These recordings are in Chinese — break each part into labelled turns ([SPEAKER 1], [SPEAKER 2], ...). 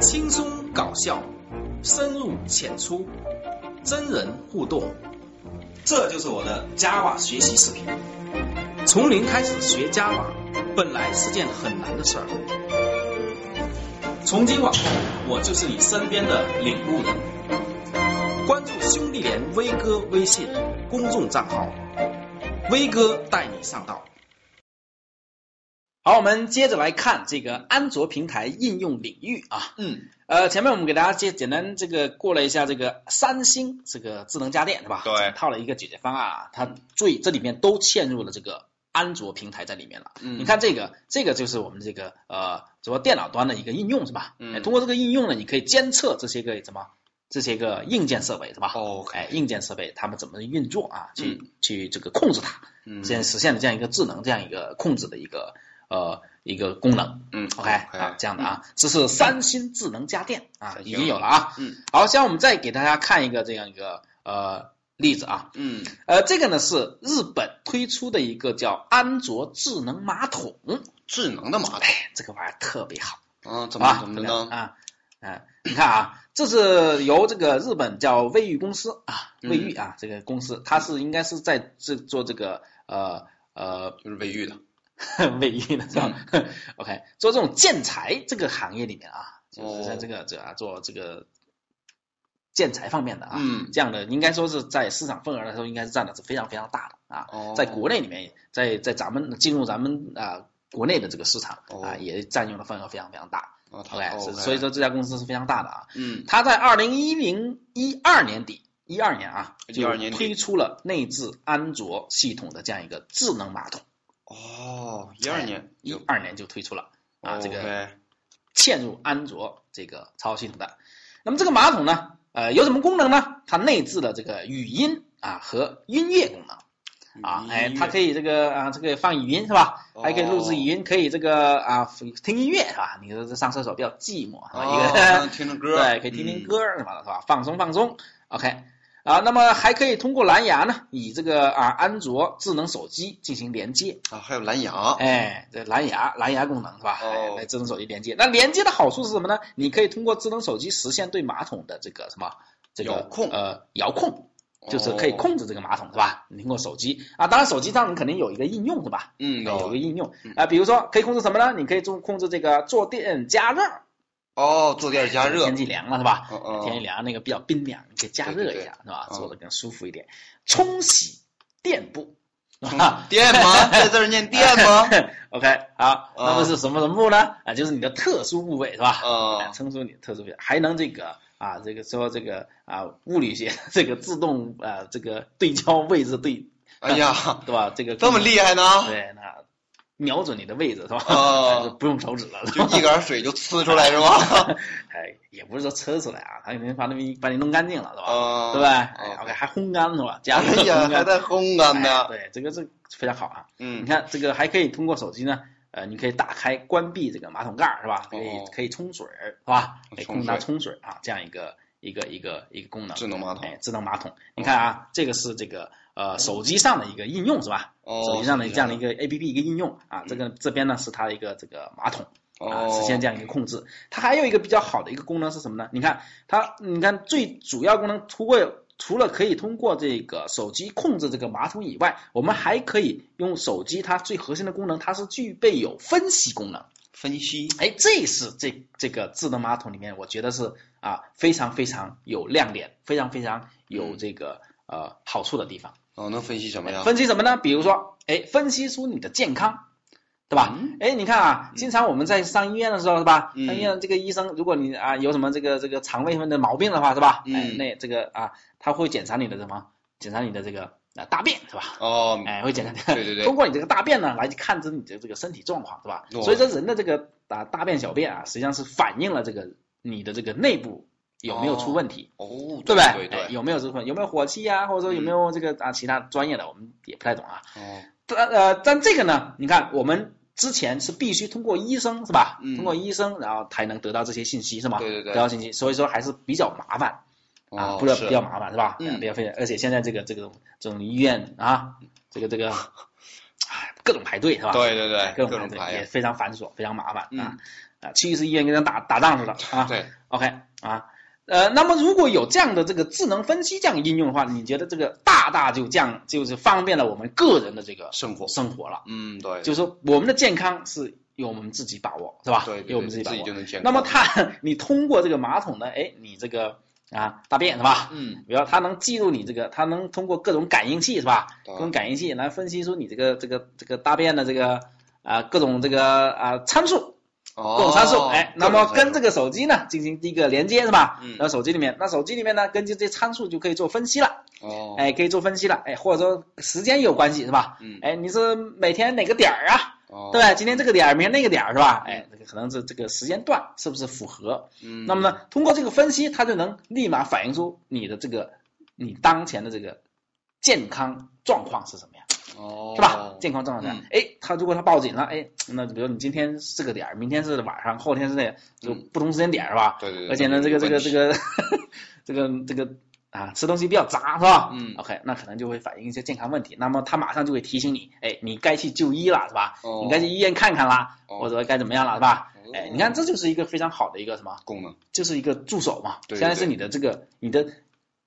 [SPEAKER 1] 轻松搞笑，深入浅出，真人互动，这就是我的 Java 学习视频。从零开始学 Java，本来是件很难的事儿。从今往后，我就是你身边的领路人。关注兄弟连威哥微信公众账号，威哥带你上道。好，我们接着来看这个安卓平台应用领域啊，
[SPEAKER 2] 嗯，
[SPEAKER 1] 呃，前面我们给大家简简单这个过了一下这个三星这个智能家电是吧？
[SPEAKER 2] 对
[SPEAKER 1] 整套了一个解决方案啊，它最这里面都嵌入了这个安卓平台在里面了。
[SPEAKER 2] 嗯
[SPEAKER 1] 你看这个，这个就是我们这个呃，主要电脑端的一个应用是吧？
[SPEAKER 2] 嗯
[SPEAKER 1] 哎通过这个应用呢，你可以监测这些个什么这些个硬件设备是吧？
[SPEAKER 2] ，OK，
[SPEAKER 1] 哎，硬件设备它们怎么运作啊？去、
[SPEAKER 2] 嗯
[SPEAKER 1] 去这个控制它，
[SPEAKER 2] 嗯
[SPEAKER 1] 这样实现了这样一个智能这样一个控制的一个呃一个功能。
[SPEAKER 2] 嗯
[SPEAKER 1] OK 啊，这样的啊，这是三星智能家电啊，
[SPEAKER 2] 三
[SPEAKER 1] 已
[SPEAKER 2] 星
[SPEAKER 1] 经有了啊。
[SPEAKER 2] 嗯，
[SPEAKER 1] 好，现在我们再给大家看一个这样一个呃例子啊，
[SPEAKER 2] 嗯
[SPEAKER 1] 呃，这个呢是日本推出的一个叫安卓智能马桶，
[SPEAKER 2] 智能的马桶，
[SPEAKER 1] 哎，这个玩意儿特别好，
[SPEAKER 2] 嗯，怎
[SPEAKER 1] 好吧
[SPEAKER 2] 么怎么的呢？
[SPEAKER 1] 啊啊，你看啊，这是由这个日本叫卫浴公司啊，卫浴
[SPEAKER 2] 嗯
[SPEAKER 1] 啊这个公司，它是应该是在这做这个呃呃
[SPEAKER 2] 就是卫浴的，
[SPEAKER 1] 卫浴的是吧、o
[SPEAKER 2] 嗯
[SPEAKER 1] k 做这种建材这个行业里面啊，就是在
[SPEAKER 2] 哦
[SPEAKER 1] 这个这啊做这个建材方面的啊，
[SPEAKER 2] 嗯，
[SPEAKER 1] 这样的应该说是在市场份额来说，应该是占的是非常非常大的啊，
[SPEAKER 2] 哦，
[SPEAKER 1] 在国内里面，在在咱们进入咱们啊、国内的这个市场
[SPEAKER 2] 哦
[SPEAKER 1] 啊，也占用的份额非常非常大
[SPEAKER 2] 哦，它
[SPEAKER 1] ，OK，是
[SPEAKER 2] OK
[SPEAKER 1] 所以，说这家公司是非常大的啊，
[SPEAKER 2] 嗯
[SPEAKER 1] 它在二零一零一二年底。一二年啊，就
[SPEAKER 2] 12年底
[SPEAKER 1] 推出了内置安卓系统的这样一个智能马桶，
[SPEAKER 2] 哦，一二年
[SPEAKER 1] 一
[SPEAKER 2] 有
[SPEAKER 1] 二年就推出了啊，这个
[SPEAKER 2] 哦 OK，
[SPEAKER 1] 嵌入安卓这个操作系统的。那么这个马桶呢，呃，有什么功能呢？它内置了这个语音啊和音乐功能啊，哎，它可
[SPEAKER 2] 以
[SPEAKER 1] 以这个啊，这个放语音是吧？
[SPEAKER 2] 哦
[SPEAKER 1] 还可以录制语音，可以这个啊听音乐是吧？你说这上厕所比较寂寞，是吧 一个人、
[SPEAKER 2] 哦听着歌，嗯
[SPEAKER 1] 对，可以听听歌什么的，是吧？放松放松，OK。啊，那么还可以通过蓝牙呢，与这个啊安卓智能手机进行连接，
[SPEAKER 2] 嗯啊，还有蓝牙，
[SPEAKER 1] 哎，这蓝牙蓝牙功能是吧？
[SPEAKER 2] 哦
[SPEAKER 1] 哎来智能手机连接。那连接的好处是什么呢？你可以通过智能手机实现对马桶的这个什么这个
[SPEAKER 2] 遥控
[SPEAKER 1] 呃遥控，就是可以
[SPEAKER 2] 哦
[SPEAKER 1] 控制这个马桶是吧？你通过手机啊，当然手机上你肯定有一个应用是吧？
[SPEAKER 2] 嗯，
[SPEAKER 1] 有一
[SPEAKER 2] 有
[SPEAKER 1] 个应用啊，比如说可以控制什么呢？你可以做控制这个坐垫加热，
[SPEAKER 2] 哦，坐垫加热
[SPEAKER 1] 天，气凉了是吧？
[SPEAKER 2] 嗯嗯
[SPEAKER 1] 天气凉那个比较冰凉，你可以加热
[SPEAKER 2] 对对
[SPEAKER 1] 一
[SPEAKER 2] 对
[SPEAKER 1] 下是吧？
[SPEAKER 2] 嗯
[SPEAKER 1] 坐的更舒服一点。冲洗垫布是吧？
[SPEAKER 2] 嗯电吗？这字儿念电 吗？
[SPEAKER 1] OK，好，
[SPEAKER 2] 啊
[SPEAKER 1] 那么是什么什么部呢？啊，就是你的特殊部位是吧？啊
[SPEAKER 2] 啊，
[SPEAKER 1] 称出你的特殊部位，还能这个啊，这个说这个啊，物理学这个自动啊，这个对焦位置对，
[SPEAKER 2] 哎呀，
[SPEAKER 1] 对吧？这个
[SPEAKER 2] 这么厉害呢？
[SPEAKER 1] 对，那瞄准你的位置是吧？
[SPEAKER 2] 哦
[SPEAKER 1] 就不用手指了， 是
[SPEAKER 2] 就
[SPEAKER 1] 吧
[SPEAKER 2] 一杆水就呲出来是 吧？
[SPEAKER 1] 哎，也不是说车出来啊，它肯定把那边把你弄干净了，是吧？
[SPEAKER 2] 啊，
[SPEAKER 1] 对吧？哎
[SPEAKER 2] 哦
[SPEAKER 1] ，OK，还烘干是吧？加
[SPEAKER 2] 哎
[SPEAKER 1] 热烘
[SPEAKER 2] 呀，
[SPEAKER 1] 干
[SPEAKER 2] 还在烘干
[SPEAKER 1] 哎
[SPEAKER 2] 呢。
[SPEAKER 1] 对，这个是非常好啊。你
[SPEAKER 2] 嗯，
[SPEAKER 1] 看这个还可以通过手机呢，呃，你可以打开、关闭这个马桶盖儿是吧？可以
[SPEAKER 2] 哦
[SPEAKER 1] 可以冲水儿是吧？可以控制它
[SPEAKER 2] 冲水
[SPEAKER 1] 冲水啊，这样一个一个一个一个功能。
[SPEAKER 2] 智能马桶哦
[SPEAKER 1] 哎，智能马桶，你看啊，这个是这个呃手机上的一个应用是吧？
[SPEAKER 2] 哦，
[SPEAKER 1] 手机上的这样的一个 A P P 一个应用啊，这
[SPEAKER 2] 嗯
[SPEAKER 1] 个这边呢是它的一个这个马桶啊，
[SPEAKER 2] 哦
[SPEAKER 1] 实现这样一个控制。它还有一个比较好的一个功能是什么呢？你看它，你看最主要功能，除过除了可以通过这个手机控制这个马桶以外，我们还可以用手机它最核心的功能，它是具备有分析功能。
[SPEAKER 2] 分析，
[SPEAKER 1] 哎，这是这这个智能马桶里面，我觉得是啊非常非常有亮点，非常非常有这个呃好处的地方。
[SPEAKER 2] 哦，能分析什么呀？
[SPEAKER 1] 分析什么呢？比如说，哎，分析出你的健康，对吧
[SPEAKER 2] 嗯？
[SPEAKER 1] 哎、你看啊，经常我们在上医院的时候，是吧？
[SPEAKER 2] 嗯
[SPEAKER 1] 上医院这个医生，如果你啊有什么这个这个肠胃方面的毛病的话，是吧？
[SPEAKER 2] 嗯
[SPEAKER 1] 哎，那这个啊，他会检查你的什么？检查你的这个啊大便，是吧？
[SPEAKER 2] 哦，
[SPEAKER 1] 哎，会检查你的
[SPEAKER 2] 对对对
[SPEAKER 1] 通过你这个大便呢，来看知你的这个身体状况，是吧？
[SPEAKER 2] 哦
[SPEAKER 1] 所以说人的这个啊大便小便啊，实际上是反映了这个你的这个内部有没有出问题。
[SPEAKER 2] 哦，
[SPEAKER 1] 对不
[SPEAKER 2] 对
[SPEAKER 1] 哎
[SPEAKER 2] 对，
[SPEAKER 1] 有没有这款？有没有火气啊？或者说有没有这个啊其他专业的，我们也不太懂啊。
[SPEAKER 2] 哦，
[SPEAKER 1] 但呃，但这个呢，你看我们之前是必须通过医生是吧？
[SPEAKER 2] 嗯
[SPEAKER 1] 通过医生，然后才能得到这些信息是吗？
[SPEAKER 2] 对对对
[SPEAKER 1] 得到信息，所以说还是比较麻烦啊，
[SPEAKER 2] 哦
[SPEAKER 1] 不是
[SPEAKER 2] 是
[SPEAKER 1] 比较麻烦是吧？
[SPEAKER 2] 嗯
[SPEAKER 1] 比较费，而且现在这个这个这种医院啊，这个这个，哎，各种排队是吧？
[SPEAKER 2] 对对对
[SPEAKER 1] 哎各
[SPEAKER 2] 各
[SPEAKER 1] 种
[SPEAKER 2] 种
[SPEAKER 1] 排
[SPEAKER 2] 排
[SPEAKER 1] 队
[SPEAKER 2] 呀
[SPEAKER 1] 也非常繁琐，非常麻烦啊
[SPEAKER 2] 嗯
[SPEAKER 1] 啊，去一次医院跟人打打仗似的 啊。
[SPEAKER 2] 对，
[SPEAKER 1] OK 啊，呃，那么如果有这样的这个智能分析这样的应用的话，你觉得这个大大就这样就是方便了我们个人的这个
[SPEAKER 2] 生活，
[SPEAKER 1] 生活了，
[SPEAKER 2] 嗯，对，
[SPEAKER 1] 就是说我们的健康是由我们自己把握，是吧？
[SPEAKER 2] 对，对
[SPEAKER 1] 由我们
[SPEAKER 2] 对
[SPEAKER 1] 把
[SPEAKER 2] 自
[SPEAKER 1] 握
[SPEAKER 2] 己。就能健
[SPEAKER 1] 那
[SPEAKER 2] 康。
[SPEAKER 1] 么它，你通过这个马桶呢，哎，你这个啊大便是吧？
[SPEAKER 2] 嗯，
[SPEAKER 1] 比如它能记录你这个，它能通过各种感应器是吧？
[SPEAKER 2] 对
[SPEAKER 1] 各种感应器来分析出你这个这个这个大便的这个啊、各种这个啊、参数，各种参数，
[SPEAKER 2] 哦
[SPEAKER 1] 哎，那么跟这
[SPEAKER 2] 个
[SPEAKER 1] 个手机呢进行第一个连接是吧？
[SPEAKER 2] 嗯
[SPEAKER 1] 然后手机里面，那手机里面呢根据这些参数就可以做分析了，
[SPEAKER 2] 哦，
[SPEAKER 1] 哎，可以做分析了，哎，或者说时间也有关系是吧？
[SPEAKER 2] 嗯，
[SPEAKER 1] 哎，你是每天哪个点儿啊？
[SPEAKER 2] 哦，
[SPEAKER 1] 对，今天这个点儿，明天那个点儿是吧？哎，这个可能是这个时间段是不是符合？
[SPEAKER 2] 嗯，
[SPEAKER 1] 那么呢，通过这个分析，它就能立马反映出你的这个你当前的这个健康状况是什么样，
[SPEAKER 2] 哦，
[SPEAKER 1] 是吧？健康状况是什么
[SPEAKER 2] 嗯？
[SPEAKER 1] 样哎，他如果他报警了，哎，那比如你今天是这个点儿，明天是晚上，后天是那个，就
[SPEAKER 2] 嗯
[SPEAKER 1] 不同时间点儿是吧？
[SPEAKER 2] 对对对，
[SPEAKER 1] 而且呢，这个这个这
[SPEAKER 2] 个，
[SPEAKER 1] 个这个 这个啊，吃东西比较杂是吧？
[SPEAKER 2] 嗯
[SPEAKER 1] ，OK，那可能就会反映一些健康问题。那么他马上就会提醒你，哎，你该去就医了是吧？
[SPEAKER 2] 哦
[SPEAKER 1] 你该去医院看看啦，
[SPEAKER 2] 哦
[SPEAKER 1] 或者该怎么样了，是吧？
[SPEAKER 2] 哦
[SPEAKER 1] 哎，你看这就是一个非常好的一个什么，
[SPEAKER 2] 功能，
[SPEAKER 1] 就是一个助手嘛，
[SPEAKER 2] 对对
[SPEAKER 1] 相当于是你的这个你的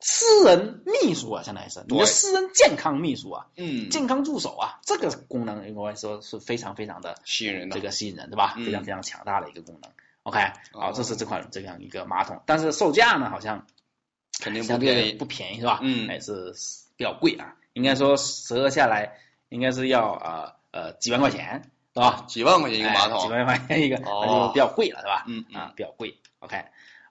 [SPEAKER 1] 私人秘书啊，相当于是你的
[SPEAKER 2] 对
[SPEAKER 1] 私人健康秘书啊，
[SPEAKER 2] 嗯，
[SPEAKER 1] 健康助手啊，这个功能应该说是非常非常的
[SPEAKER 2] 吸引人的
[SPEAKER 1] 这，个吸引人，对吧？
[SPEAKER 2] 嗯
[SPEAKER 1] 非常非常强大的一个功能。OK，好，
[SPEAKER 2] 哦
[SPEAKER 1] 这是这款这样一个马桶，但是售价呢好像
[SPEAKER 2] 肯定不
[SPEAKER 1] 相对
[SPEAKER 2] 便
[SPEAKER 1] 地
[SPEAKER 2] 宜，
[SPEAKER 1] 不便宜是吧？
[SPEAKER 2] 嗯
[SPEAKER 1] 还是比较贵啊，应该说折合下来应该是要呃呃几万块钱是吧？
[SPEAKER 2] 几万块钱一个马
[SPEAKER 1] 哎几
[SPEAKER 2] 桶，
[SPEAKER 1] 万块钱一个，
[SPEAKER 2] 哦
[SPEAKER 1] 那就比较贵了，是吧？
[SPEAKER 2] 嗯嗯
[SPEAKER 1] 啊，比较贵。OK，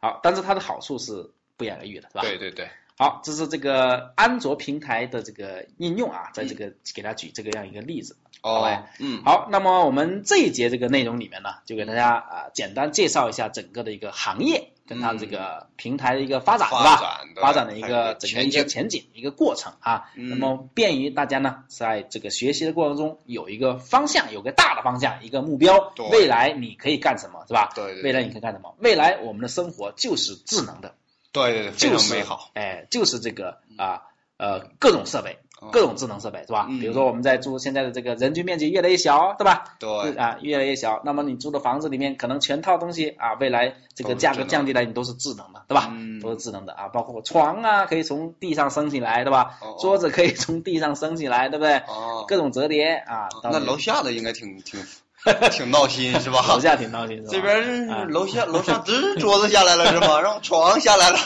[SPEAKER 1] 好，但是它的好处是不言而喻的，是吧？
[SPEAKER 2] 对对对，
[SPEAKER 1] 好，这是这个安卓平台的这个应用
[SPEAKER 2] 嗯
[SPEAKER 1] 啊，在这个给大家举这个样一个例子。
[SPEAKER 2] 哦
[SPEAKER 1] 哎，
[SPEAKER 2] 嗯，
[SPEAKER 1] 好，那么我们这一节这个内容里面呢，就给大家啊、简单介绍一下整个的一个行业跟它这个平台的一个发展，是
[SPEAKER 2] 发
[SPEAKER 1] 吧？
[SPEAKER 2] 展
[SPEAKER 1] 发展的一个整个
[SPEAKER 2] 前
[SPEAKER 1] 一个
[SPEAKER 2] 景，嗯
[SPEAKER 1] 前景一个过程啊，那么便于大家呢，在这个学习的过程中有一个方向，有个大的方向，一个目标
[SPEAKER 2] 对，
[SPEAKER 1] 未来你可以干什么，是吧？
[SPEAKER 2] 对对对
[SPEAKER 1] 未来你可以干什么？未来我们的生活就是智能的，
[SPEAKER 2] 对对对，非
[SPEAKER 1] 就
[SPEAKER 2] 常
[SPEAKER 1] 是
[SPEAKER 2] 美好，，
[SPEAKER 1] 哎，就是这个啊呃各种设备，
[SPEAKER 2] 哦
[SPEAKER 1] 各种智能设备，是吧？
[SPEAKER 2] 嗯
[SPEAKER 1] 比如说我们在住现在的这个人均面积越来越小，对吧？
[SPEAKER 2] 对，哦
[SPEAKER 1] 啊，越来越小。那么你住的房子里面，可能全套东西啊，未来这个
[SPEAKER 2] 都是
[SPEAKER 1] 价
[SPEAKER 2] 智
[SPEAKER 1] 格
[SPEAKER 2] 能的
[SPEAKER 1] 降低来，你都是智能的，对吧？
[SPEAKER 2] 嗯
[SPEAKER 1] 都是智能的啊，包括床啊，可以从地上升起来，对吧？
[SPEAKER 2] 哦哦
[SPEAKER 1] 桌子可以从地上升起来，对不对？
[SPEAKER 2] 哦，
[SPEAKER 1] 各种折叠啊，到
[SPEAKER 2] 那
[SPEAKER 1] 你
[SPEAKER 2] 楼下的应该挺挺 挺闹心是吧？
[SPEAKER 1] 楼下挺闹心是吧？
[SPEAKER 2] 这边是
[SPEAKER 1] 啊
[SPEAKER 2] 楼下楼上直桌子下来了是 吧？然后床下来了，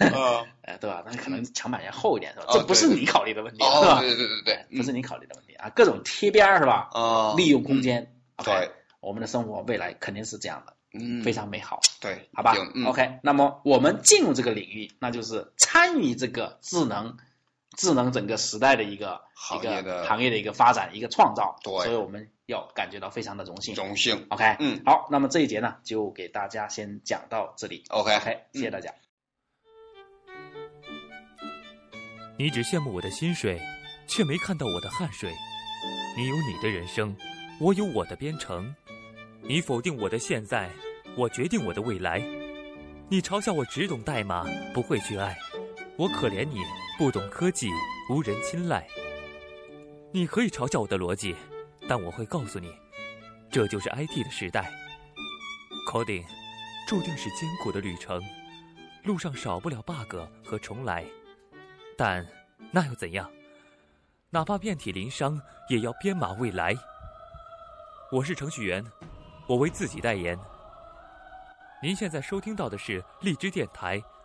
[SPEAKER 2] 嗯，
[SPEAKER 1] 哎，对吧？那可能墙板要厚一点是吧？
[SPEAKER 2] 哦
[SPEAKER 1] 这不是
[SPEAKER 2] 对
[SPEAKER 1] 你考虑的问题，是
[SPEAKER 2] 哦，
[SPEAKER 1] 吧？哎
[SPEAKER 2] 对对对对，嗯
[SPEAKER 1] 不是你考虑的问题啊，各种贴边儿是吧？
[SPEAKER 2] 啊，
[SPEAKER 1] 利用空间
[SPEAKER 2] 嗯
[SPEAKER 1] ，OK，
[SPEAKER 2] 对，
[SPEAKER 1] 我们的生活未来肯定是这样的，
[SPEAKER 2] 嗯，
[SPEAKER 1] 非常美好。
[SPEAKER 2] 对，
[SPEAKER 1] 好吧
[SPEAKER 2] 有嗯
[SPEAKER 1] ？OK，那么我们进入这个领域，那就是参与这个智能、智能整个时代的一个
[SPEAKER 2] 行业
[SPEAKER 1] 一个
[SPEAKER 2] 的
[SPEAKER 1] 行业的一个发展、一个创造，
[SPEAKER 2] 对
[SPEAKER 1] 所以我们要感觉到非常的荣幸。
[SPEAKER 2] 荣幸
[SPEAKER 1] OK，
[SPEAKER 2] 嗯，
[SPEAKER 1] 好，那么这一节呢，就给大家先讲到这里。
[SPEAKER 2] ，OK，
[SPEAKER 1] OK，谢谢大家。
[SPEAKER 3] 你只羡慕我的薪水，却没看到我的汗水。你有你的人生，我有我的编程。你否定我的现在，我决定我的未来。你嘲笑我只懂代码，不会去爱。我可怜你不懂科技，无人青睐。你可以嘲笑我的逻辑，但我会告诉你，这就是 IT 的时代。Coding 注定是艰苦的旅程，路上少不了 bug 和重来。但那又怎样？哪怕遍体鳞伤，也要编码未来。我是程序员，我为自己代言。您现在收听到的是荔枝电台